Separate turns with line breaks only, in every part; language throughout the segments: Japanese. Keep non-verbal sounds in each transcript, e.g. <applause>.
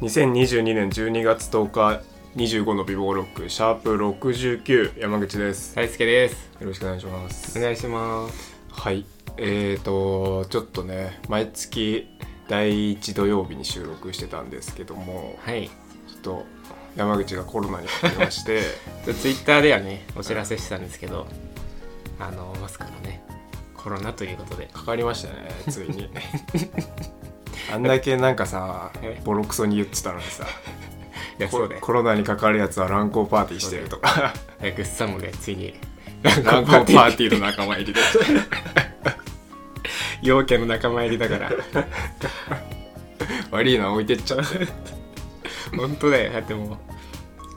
2022年12月10日25の美貌ロックシャープ69山口ですよ
大輔です
ろしくお願いします
お願いします
はいえーとちょっとね毎月第1土曜日に収録してたんですけども
はい
ちょっと山口がコロナにかかりま
<laughs>
して
ツイッターではねお知らせしてたんですけどあのマスからねコロナということで
かかりましたねつい
<laughs>
にあんだけなんかさボロクソに言ってたのに
<laughs>
さ
いや
コ
そう
ロ
だよ
コロナにかかるやつは乱行パーティーしてるとか
いやグッサンもねついに
乱行
<laughs> 乱行
パ
パ
ー
ー
テ
テ
ィーの仲間入りで
陽キャの仲間入りだから <laughs>
悪いな置いてっちゃって
本当だよだっても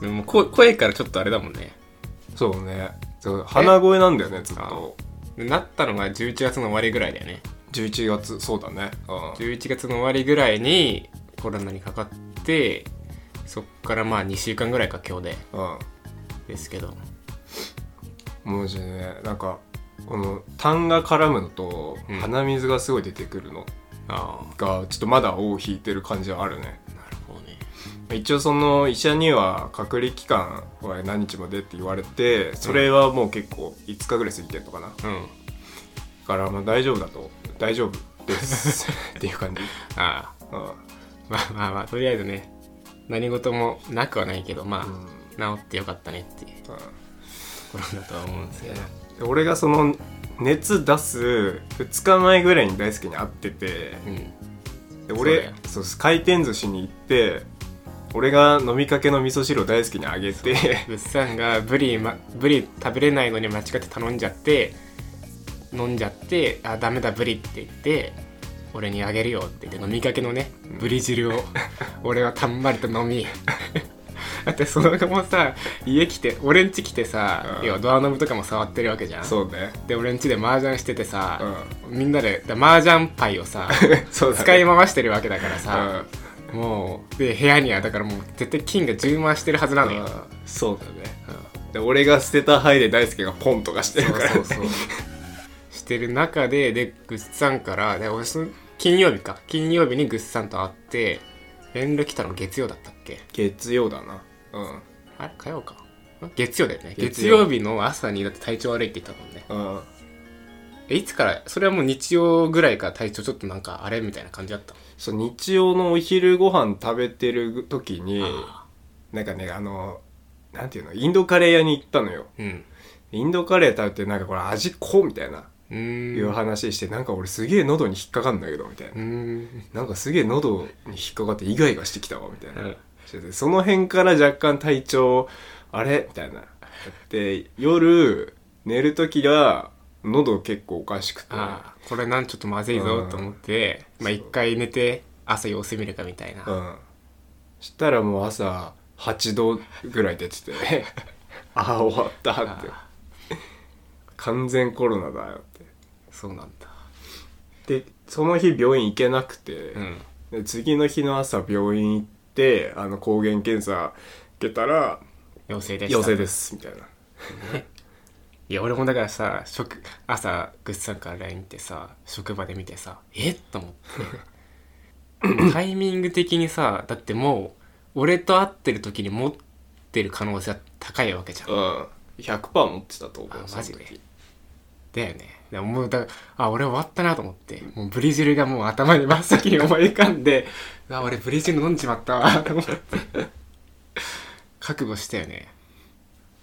うでももうこ声からちょっとあれだもんね
<laughs> そうねそう鼻声なんだよねずっ
あ
と
でなったのが11月の終わりぐらいだよね
11月そうだねうん
11月の終わりぐらいにコロナにかかってそっからまあ2週間ぐらいか今日で
うん
ですけど
もうじねなんかこの痰が絡むのと
うん
鼻水がすごい出てくるの
ああ
がちょっとまだ尾を引いてる感じはあるね
なるほどね
一応その医者には隔離期間は何日までって言われてそれはもう結構5日ぐらい過ぎてんのかなだ
うん
からまあ大丈夫だと大丈夫です <laughs> っていう感じ
ああ
うん
まあまあまあとりあえずね何事もなくはないけどまあ、治ってよかったねっていうところだとは思うんですけど
で俺がその熱出す2日前ぐらいに大輔に会ってて
うん
で
そうだ
俺
よ
そう回転寿司に行って俺が飲みかけの味噌汁を大輔にあげて
物産がブリ,、ま、ブリ食べれないのに間違って頼んじゃって飲んじゃって「あダメだブリ」って言って「俺にあげるよ」って言って飲みかけのねブリ汁を俺はたんまりと飲み <laughs> だってその後もさ家来て俺ん家来てさ、
うん
要はドアノブとかも触ってるわけじゃん
そう <laughs> ね
で俺ん家で麻雀しててさ、みんなでだ麻雀パイを <laughs> さ
そうだね
使い回してるわけだから
う
さ
ん、
もうで部屋にはだからもう絶対金が充満してるはずなのよ、
そうだね、で俺が捨てた灰で大輔がポンとかしてる
そう
から、ね、
そうそうしてる中ででグッさんからで俺その金曜日か金曜日にグッさんと会って連絡来たの月曜だったっけ
<laughs> 月曜だなうん
あれ火曜かん月曜だよね
月
月
曜
曜日の朝にだって体調悪いって言ったもんね
うん
えいつからそれはもう日曜ぐらいから体調ちょっとなんかあれみたいな感じだったの
そう日曜のお昼ご飯食べてる時に
あ
なんかねあのなんていうのインドカレー屋に行ったのよ
うん
インドカレー食べてなんかこれ味こうみたいな
うーん
いう話して、なんか俺すげえ喉に引っかかんだけどみたいな、
うーん
なんかすげえ喉に引っかかってイガイガしてきたわみたいな、しててその辺から若干体調あれみたいなで夜寝る時が喉結構おかしくて
ああこれなんちょっとまずいぞと思って
うん
まあ一回寝て朝様子見るかみたいな
うんしたらもう朝8度ぐらい出てて
<laughs>
ああ終わったって
あ
完全コロナだよっ
そうなんだ
てでその日病院行けなくて、
うん
で次の日の朝病院行ってあの抗原検査受けたら
陽性でした
陽性ですみたいない
や俺もだからさ職朝グッズさんから LINE ってさ職場で見てさえっと思っ
<laughs>
てタイミング的にさだってもう俺と会ってる時に持ってる可能性は高いわけじゃん
うん100%持ってたと思う
あ
その
マジで
時
だよねでももうだあ俺終わったなと思ってもうブリ汁がもう頭に真っ先に思い浮かんであ俺ブリ汁飲んじまったわと思って覚悟したよね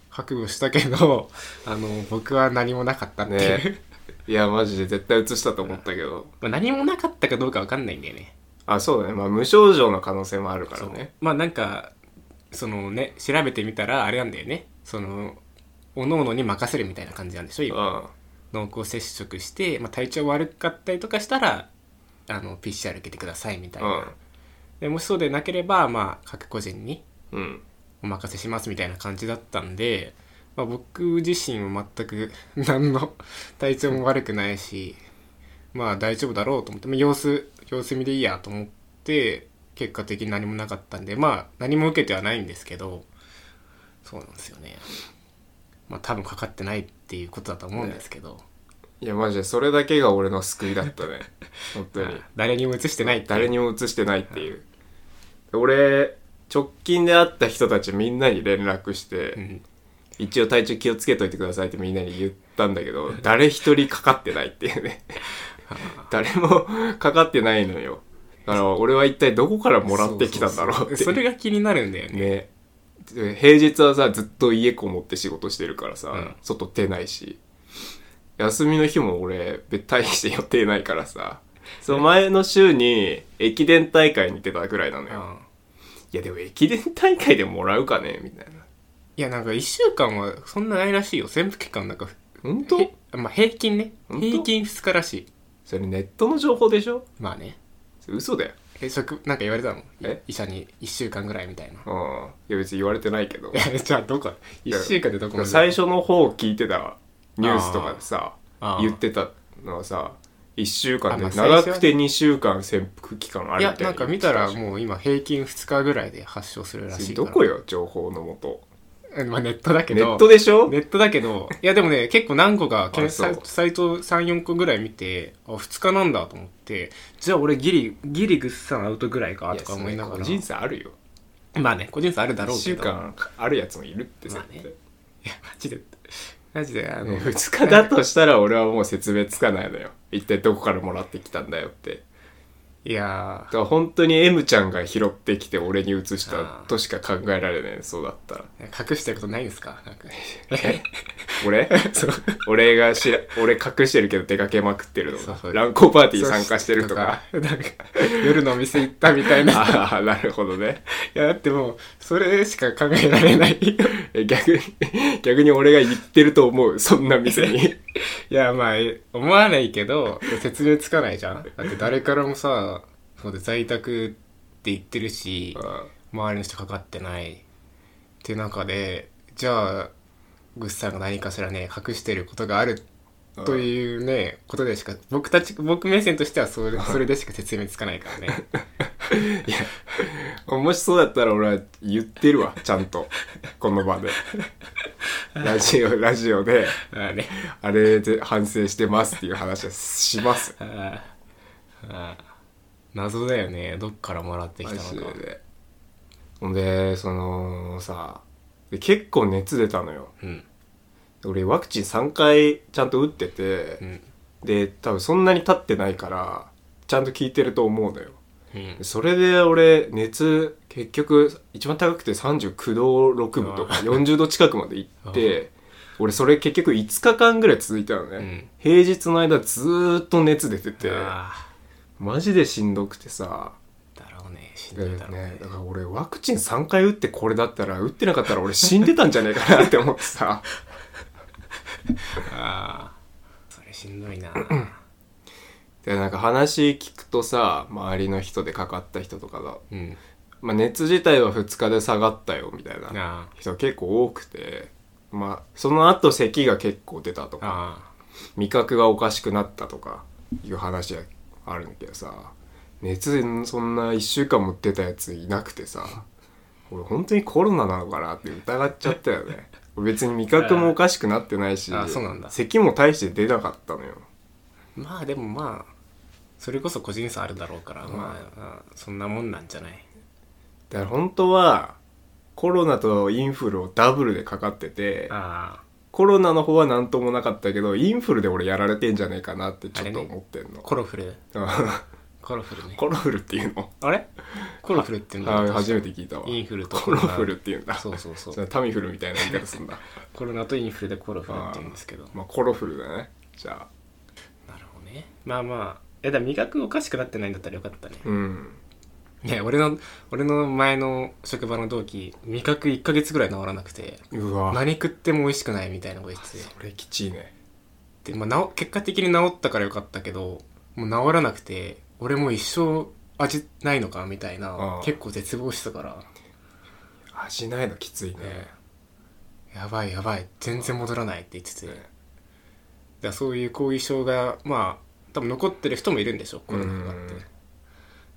覚悟したけどあの僕は何もなかったっていう、
ねいやマジで絶対移したと思ったけど
<laughs> まあ、何もなかったかどうかわかんないんだよね。
あそうだねまあ無症状の可能性もあるからね
まあなんかそのね調べてみたらあれなんだよねそのおのおのに任せるみたいな感じなんでしょ
う
今
ん
濃厚接触して、まあ、体調悪かったりとかしたらあの PCR 受けてくださいみたいうな、
ん
でもしそうでなければ、まあ、各個人に
うん
お任せしますみたいな感じだったんで、まあ、僕自身は全く <laughs> 何の体調も悪くないしまあ大丈夫だろうと思って、まあ、様子様子見でいいやと思って結果的に何もなかったんでまあ何も受けてはないんですけどそうなんですよねまあ多分かかってないっていうことだと思うんですけど、
いやマジでそれだけが俺の救いだったね本当に
誰にも移してないっていう
誰にも移してないっていう俺直近で会った人たちみんなに連絡して、
うん
一応体調気をつけといてくださいってみんなに言ったんだけど誰一人かかってないっていう
<laughs>
ね誰もかかってないのよだから俺は一体どこからもらってきたんだろうって
そそそれが気になるんだよね
ね平日はさずっと家こもって仕事してるからさ、
ん
外出ないし休みの日も俺べ大して予定ないからさその前の週に駅伝大会に出たぐらいなのよ、
うん
いやでも駅伝大会でもらうかねみたいない
やなんか1週間はそんなないらしいよ潜伏期間なんか
本
へ
当
まあ平均ね
本当
平均2日らしい
それネットの情報でしょ
まあね
それ嘘だよ
え職なんか言われたの
え
医者に1週間ぐらいみたいな <laughs>
うんいや別に言われてないけど
えじゃあどこ1週間でどこまで
最初の方聞いてたニュースとかでさ
あー
言ってたのはさ1週間
あま
で
あ最初は
長
ね
くて2週間潜伏期間ある
い
み
や
たい
なんか見たら
う
もう今平均2日ぐらいで発症するらしいから
どこよ情報のもと
うんまあネットだけ
ネ
ど
ットでしょ
<laughs> ネットだけどいやでもね結構何個か検
あ
サ
そう
サイト34個ぐらい見てあ2日なんだと思ってじゃあ俺ギリギリぐっさんアウトぐらいか
い
と
や
か思いなが
それ
ら
個人差あるよ
まあね個人差あるだ
1
ろうけ
週
ど
間あるやつもいるってさ、
まあねいやマジでマジであの、
2日だとしたら俺はもう説明つかないのよ一体どこからもらってきたんだよって
いや
だから本当に M ちゃんが拾ってきて俺に移したとしか考えられないそうだったら
ー隠してることないんですかなんか
俺
<laughs> そう
俺がしら俺隠してるけど出かけまくってるの
そうそう
乱交パーティー参加してるとか
そうなんか夜のお店行ったみたいな
ああなるほどね
いやだってもうそれしか考えられないい
え逆に逆に俺が行ってると思うそんな店に
やまあえ思わないけど説明つかないじゃんだって誰からもさそうで在宅って言ってるし
うん
周りの人かかってないっていう中でじゃあグッさんが何かしらね隠してることがあるというねことでしか僕たち僕目線としては
<laughs>
それそれでしか説明つかないからね
いやもしそうだったら俺は言ってるわちゃんとこの場でラジオラジオで
ああね
あれで反省してますっていう話はします
ああああ謎だよねどっからもらってきた
マ
の
ジ
か
でほんでそのさで結構熱出たのよ
うん
俺ワクチン3回ちゃんと打ってて、
うん
で多分そんなに経ってないからちゃんと効いてると思うのよ
うん
それで俺熱結局一番高くて39度6分とか40度近くまで行って
<laughs>
俺それ結局5日間ぐらい続いたのね、
うん
平日の間ずーっと熱出てて
あ
マジでしんどくてさ
あだろうねしん
だ
ど
よ
いだろうね
ね、だから俺ワクチン3回打ってこれだったら打ってなかったら俺死んでたんじゃねえかなって思ってさ
ああそれしんどいな
でなんか話聞くとさ周りの人でかかった人とかが、
うん
まあ、熱自体は2日で下がったよみたいな
あ
人結構多くてまあその後咳が結構出たと
あ
か
あ
味覚がおかしくなったとかいう話があるんだけどさ熱そんな1週間も出たやついなくてさ俺本当にコロナなのかなって疑っちゃったよね俺別に味覚もおかしくなってないし
あそうなんだ
咳も大して出なかったのよ
まあでもまあそれこそ個人差あるだろうから、まあまあそんなもんなんじゃない
だから本当はコロナとインフルをダブルでかかってて
あ
コロナの方は何ともなかったけどインフルで俺やられてんじゃねえかなってちょっと思ってん
あ
の、 <laughs>
コロフル
うん
コロフルね
コロフルっていうの
あれコロフルって言うんだ
あ初めて聞いたわ
インフルと
コロフルっていうんだ
そうそうそう
じゃあタミフルみたいな言い方すん <laughs> だ
コロナとインフルでコロフルって言うんですけど
まあコロフルだねじゃあ
なるほどねまあまあえだから味覚おかしくなってないんだったらよかったね
うん
ね俺の俺の前の職場の同期味覚1ヶ月ぐらい治らなくて
うわ
何食っても美味しくないみたいなこと言って
それきちいね
てで、まあ、なお結果的に治ったからよかったけどもう治らなくて俺もう一生味ないのかみたい
あ
な
あ
結構絶望してたから
味ないのきついね
ねやばいやばい全然戻らないって言ってて、
ね
だからそういう後遺症がまあ多分残ってる人もいるんでしょコロナとかって
うん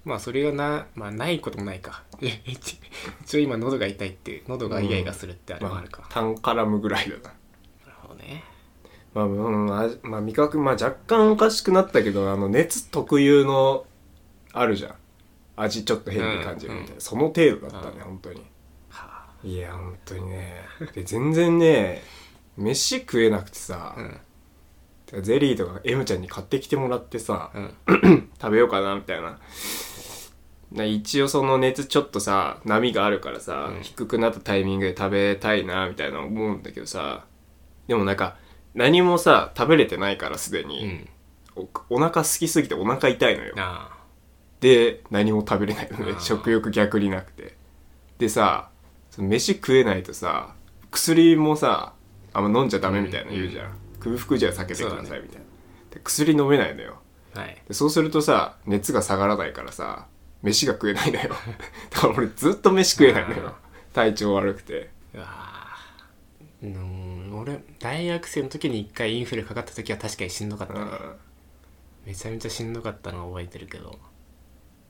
まあそれがな、まあ、ないこともないか一一応今喉が痛いって喉がイガイガするってあれもあ
ま
るか
あ、タンカラムぐらいだな
なるほどね
まあ、うん、あまあ味覚まあ若干おかしくなったけどあの熱特有のあるじゃん味ちょっと変に感じるみたいな、
うん
その程度だったね、本当に
はい
や本当にねで全然ね飯食えなくてさ
あ、う、ん
ゼリーとか M ちゃんに買ってきてもらってさ、
うん
食べようかなみたいなな一応その熱ちょっとさ波があるからさ、
うん
低くなったタイミングで食べたいなみたいな思うんだけどさでもなんか何もさ食べれてないからすで
う
に、
ん
おお腹空きすぎてお腹痛いのよ
なあ
で何も食べれないの
あ
ね
ー
食欲逆になくてでさその飯食えないとさ薬もさあんま飲んじゃダメみたいな言うじゃん、空腹じゃ避けてくだ
そう
さ
だ
いみたいな、で薬飲めないのよ
はい
でそうするとさ熱が下がらないからさ飯が食えないのよ <laughs> だから俺ずっと飯食えないのよ体調悪くて
うわあうん俺大学生の時に一回インフルかかった時は確かにしんどかった
う
ね、
ん
めちゃめちゃしんどかったのは覚えてるけど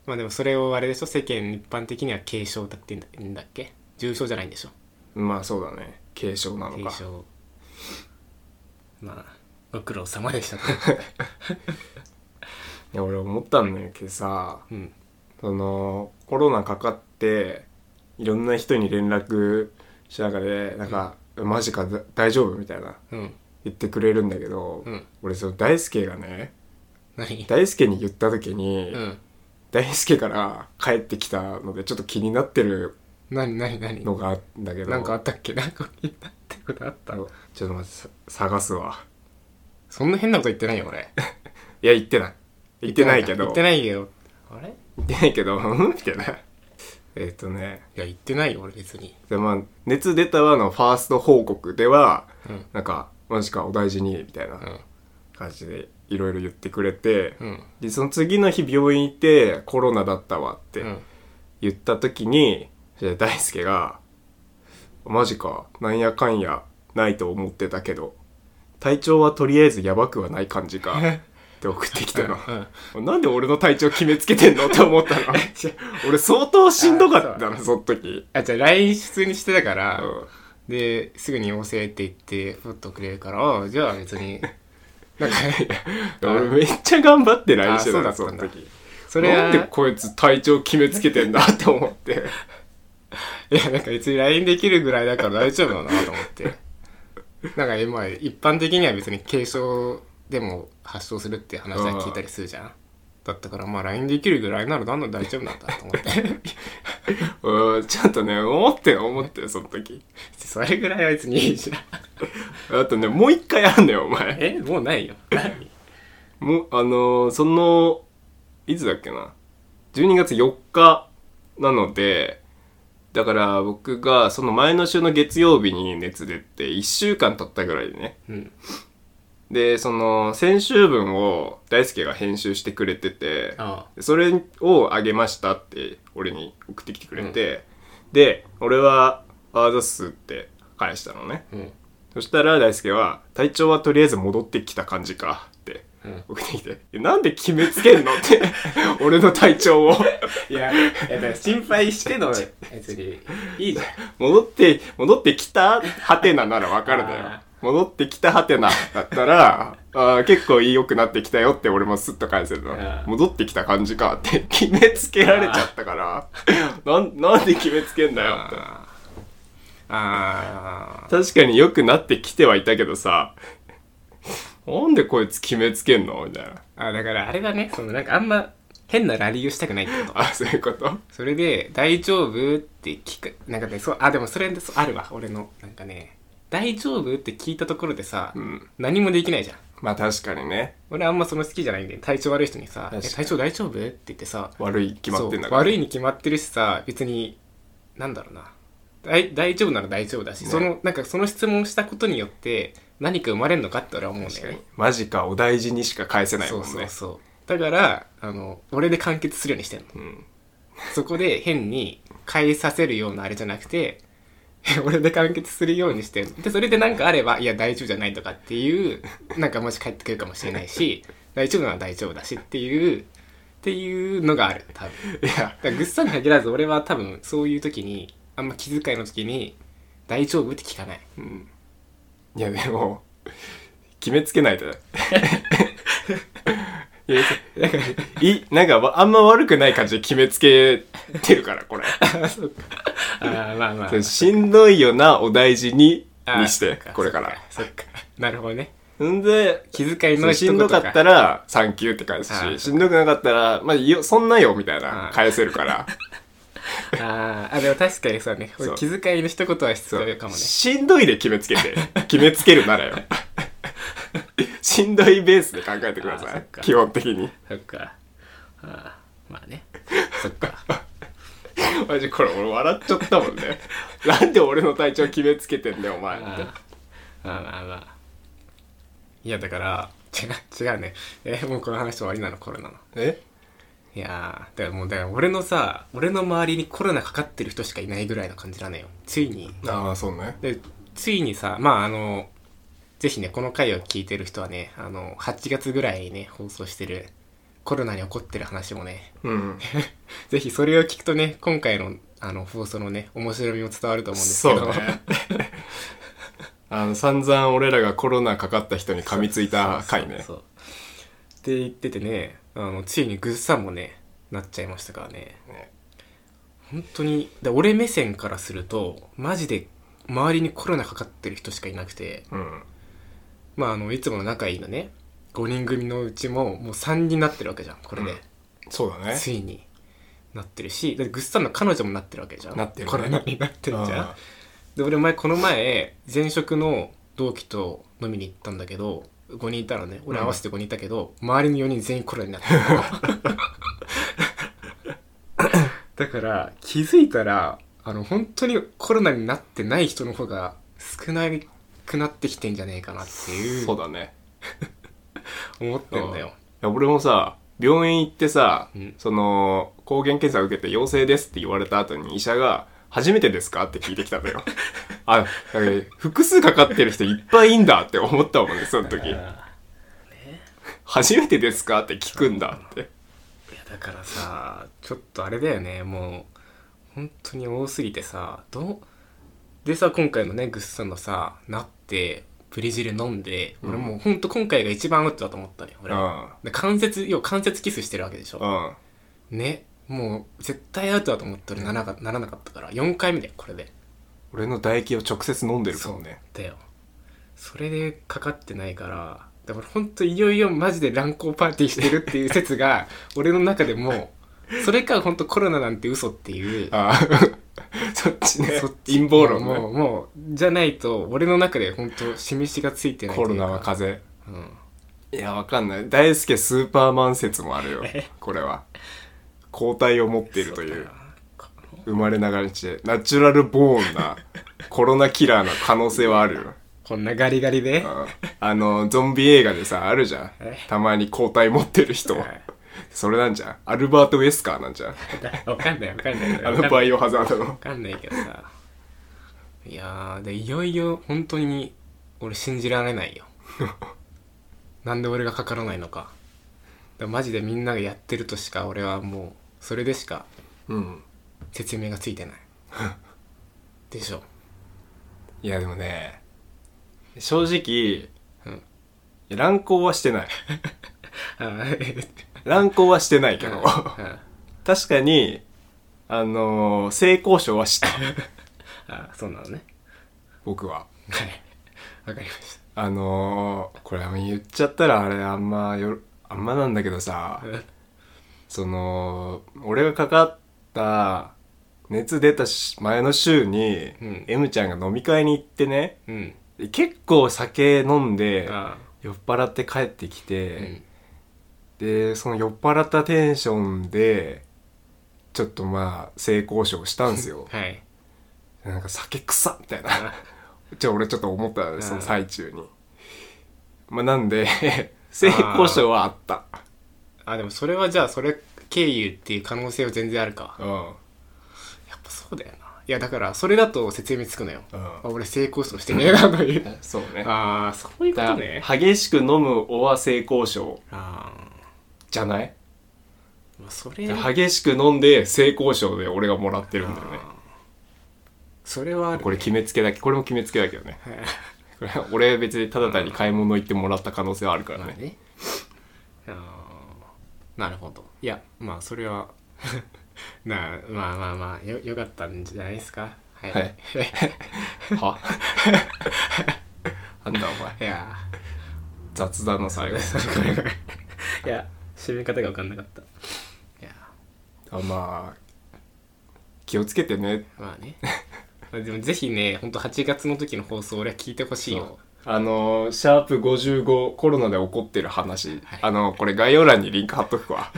まあでもそれをあれでしょ世間一般的には軽症だって言うんだっけ重症じゃないんでしょ
まあそうだね軽症なの
軽
か
症まあご苦労様でし
<laughs>
たと
いや俺思ったんだけどさ
うん
そのコロナかかっていろんな人に連絡した中でなんか「マジかだ大丈夫?」みたいな
うん
言ってくれるんだけど、
うん
俺その大輔がね
何
大輔に言った時に、
うん
大輔から帰ってきたのでちょっと気になってる
何何何
のがあったんだけど
なんかあったっけなんか気になってることあった
あのちょっと待ってさ探すわ <laughs>
そんな変なこと言ってないよ俺
いや言ってない <laughs> 言ってないけど
言ってないけどあれい
言ってないけど <laughs> うんみたいなえっとね
や言ってないよ俺別に
でまあ熱出たわのファースト報告では
うん
なんかマジかお大事にみたいな
うん
感じでいろいろ言ってくれて、
うん
でその次の日病院行ってコロナだったわって
うん
言った時に、じゃあ大輔が「マジかなんやかんやないと思ってたけど体調はとりあえずやばくはない感じか」って送ってきたの。
うん
なんで俺の体調決めつけてんのって思ったの俺相当しんどかったのその時
あじゃあ LINE 普通にしてたから、
うん
ですぐに陽性って言ってふっとくれるからああじゃあ別 <laughs> になんか
俺めっちゃ頑張って LINE してた
あ
の
そう
そ
だった
の
んだ
時
それは
なんでこいつ体調決めつけて <laughs> んだって思って
いやなんか別に LINE できるぐらいだから大丈夫だなと思ってなんか今一般的には別に軽症でも発症するって話は聞いたりするじゃんだったからまあ LINE できるぐらいなら何度大丈夫なんだと思って
うんちょっとね思ってよ思ってよその時
<laughs> それぐらいは別にいいじゃん
あとねもう一回あんのよお前
<laughs> えもうないよ何
もうあのーそのいつだっけな12月4日なのでだから僕がその前の週の月曜日に熱出て1週間経ったぐらいでね
うん
でその先週分を大輔が編集してくれてて
あ
でそれをあげましたって俺に送ってきてくれて、で俺は「あざっす」って返したのね
あうん
そしたら大輔は「体調はとりあえず戻ってきた感じか」って
うん
送ってきて「えなんで決めつけんの?」って <laughs> 俺の体調を
いや、いやだから心配しての別にいいじゃん。
戻って戻ってきたハテナならわかるだよ
あ
戻ってきたハテナだったらあー結構良くなってきたよって俺もスッと返せるの
あー
戻ってきた感じかって決めつけられちゃったからなんなんで決めつけんだよって
ああ
確かに良くなってきてはいたけどさなんでこいつ決めつけんのみたいな
あ、だからあれだね、そのなんかあんま変なラリーをしたくないってこと。
あそういうこと
それで、大丈夫って聞く、なんかね、そう、あ、でもそれそうあるわ、俺の。なんかね、大丈夫って聞いたところでさ、
ん
何もできないじゃん。
まあ確かにね
俺あんまその好きじゃないんで、体調悪い人にさ、え
確かに
体調大丈夫って言ってさ、
悪い決まってんだ
そう悪いに決まってるしさ別になんだろうな大大丈夫なら大丈夫だし、
ね
そのなんかその質問したことによって何か生まれるのかって俺は思うんだ
確
よ
かに
ね
マジかお大事にしか返せない
そ
もん
う
ね
そうそうだからあの俺で完結するようにしてんの
うん、
そこで変に返させるようなあれじゃなくて <laughs> 俺で完結するようにしてんのでそれで何かあればいや大丈夫じゃないとかっていうなんかもし帰ってくるかもしれないし <laughs> 大丈夫なら大丈夫だしっていうっていうのがある多分
いや
だからぐっさんに限らず俺は多分そういう時にあんま気遣いの時に「大丈夫?」って聞
<laughs>
かない <laughs>
いやでも決めつけないといやなんかいなんかわあんま悪くない感じで決めつけてるからこれ
ああ、ま
<laughs>
あまあ。
そうしんどいよなお大事に
あー
にして
そっか
これから
そっか。なるほどね。
んで
気遣い
そ
の
うしんどかった
ら。
ら「サンキュー」って返す
あー
ししんどくなかったら「まあ、よそんなよ」みたい
あ
な
ー
返せるから
あーあ、でも確かにそうね。
そう
気遣いの一言は必
そう
要かもね。
しんどいで決めつけ <laughs> て決めつけるならよしんどいベースで考えてくだ
あ
さ
そ
い
っか
基本的に
そっか。あーま
<laughs>
あね。そっか。
マジこれ俺笑っちゃったもんね <laughs> なんで俺の体調決めつけてんだよお前って
ああまあまあまあいやだから違う違うねえーもうこの話終わりなのコロナの
え
いやーだからもうだから俺のさ俺の周りにコロナかかってる人しかいないぐらいの感じなのよついに
ああそうね
でついにさまああのぜひねこの回を聞いてる人はねあの8月ぐらいにね放送してるコロナに起こってる話もね
うん
ぜひそれを聞くとね今回のあの放送のね面白みも伝わると思うんですけ
そ
ど
う
<laughs>
ねあの散々俺らがコロナかかった人に噛みついた回ね
そうそうって言っててねあのついにグッさんもねなっちゃいましたからね
ね
本当にで俺目線からするとマジで周りにコロナかかってる人しかいなくて
うん
まああのいつもの仲いいのね5人組のうちももう3人なってるわけじゃんこれで、
そうだね
ついになってるしだってグッさんの彼女もなってるわけじゃん
なってるね
コロナになってるじゃん
あ
で俺前この前前職の同期と飲みに行ったんだけど5人いたらね俺合わせて5人いたけど、周りの4人全員コロナ
<laughs>
になってただから気づいたらあの本当にコロナになってない人の方が少なくなってきてんじゃねえかなって
ー
いう
そうだね
思ってんだよ
いや俺もさ病院行ってさ、
うん
その抗原検査受けて陽性ですって言われた後に医者が「初めてですか?」って聞いてきたの
<laughs>
よあだから複数かかってる人いっぱいいんだって思ったもんねその時「初めてですか?」って聞くんだって
いやだからさちょっとあれだよねもう本当に多すぎてさどうでさ今回のねぐっさんのさなってブリジル飲んで、
うん
俺もう本当今回が一番アウトだと思ったね
う
俺、
ん
で関節要は関節キスしてるわけでし
う
ょ、
ん
ねもう絶対アウトだと思ったらならなかならなかったから4回目だよこれで
俺の唾液を直接飲んでるもんね
だよそれでかかってないからだから本当いよいよマジで乱交パーティーしてるっていう
<laughs>
説が俺の中でもそれか本当コロナなんて嘘っていう
あ <laughs> ーそっちね
そっち
陰謀論
も
ね
うもうじゃないと俺の中で本当示しがついてない
コ
と
ロ
いう
ナ
か
は風邪
うん
いやわかんない大輔スーパーマン説もあるよこれは抗体を持っているとい
そう
う
だな
生まれながらにしてナチュラルボーンなコロナキラーの可能性はあるよ、
こんなガリガリで
うんあのゾンビ映画でさあるじゃん
え
たまに抗体持ってる人
はい
それなんじゃんアルバート・ウェスカーなんじゃん
わかんないわかんない
あ
わか
の
んない
バイオハザードの
わかんないけどさいやーでいよいよ本当に俺信じられないよ <laughs> なんで俺がかからないのかだからマジでみんながやってるとしか俺はもうそれでしか
うん
説明がついてないでしょ
いやでもね正直、
うん
いや乱行はしてない
あー
乱行はしてないけ
<laughs>
ど
うん
確かにあのー性交渉は
<laughs>
した
あそうなのね
僕は
はいわかりまし
あのー、これあんま言っちゃったらあれあんまよあんまなんだけどさ
たうん
その俺がかかった熱出たし前の週に、
うん
M ちゃんが飲み会に行ってね
うん
で結構酒飲んで
あ
酔っ払って帰ってき
う
て
ん、
でその酔っ払ったテンションでちょっとまあ性交渉したんです
<laughs>
よ
はい
なんか酒臭っみたいな
あ
じゃあ俺ちょっと思ったのねその
うん
最中にまあなんで性交渉はあった
あでもそれはじゃあそれ経由っていう可能性は全然あるか
うん
やっぱそうだよないやだからそれだと説明つくのよ、
うん
あ俺性交渉してねえなと
<laughs>
いう
そうね
ああそういうこ
だ
とね
激しく飲むおは性交渉
あ
じゃない
ー、まあそれ
激しく飲んで性交渉で俺がもらってるんだよね
あーそれはある、ね、
これ決めつけだけこれも決めつけだけどね <laughs>
はい
これ俺別にただ単に買い物行ってもらった可能性はあるから
まあ
ね
ねあなるほどいやまあそれはなあまあまあまあよよかったんじゃないですかはい、
はいは <laughs> なんだお前
<laughs> いや
<laughs> 雑談の最後
<laughs> いや締め方が分かんなかったいや
あまあ気をつけてね
ま
<laughs>
あねまあでもぜひねほんと8月の時の放送俺は聞いてほしいよ
あのシャープ55コロナで起こってる話、
はい
あのこれ概要欄にリンク貼っとく
<laughs>
わ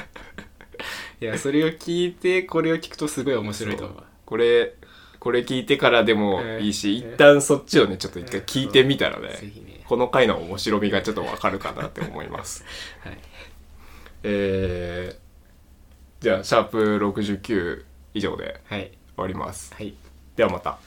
いやそれを聞いてこれを聞くとすごい面白いと思う
これこれ聞いてからでもいいし、
えー
一旦そっちをねちょっと一回聞いてみたらね、
ぜひね
この回の面白みがちょっとわかるかなって思い
<laughs>
ます。
はい
えー、じゃあ、シャープ69以上で
はい
終わります。
はい
ではまた。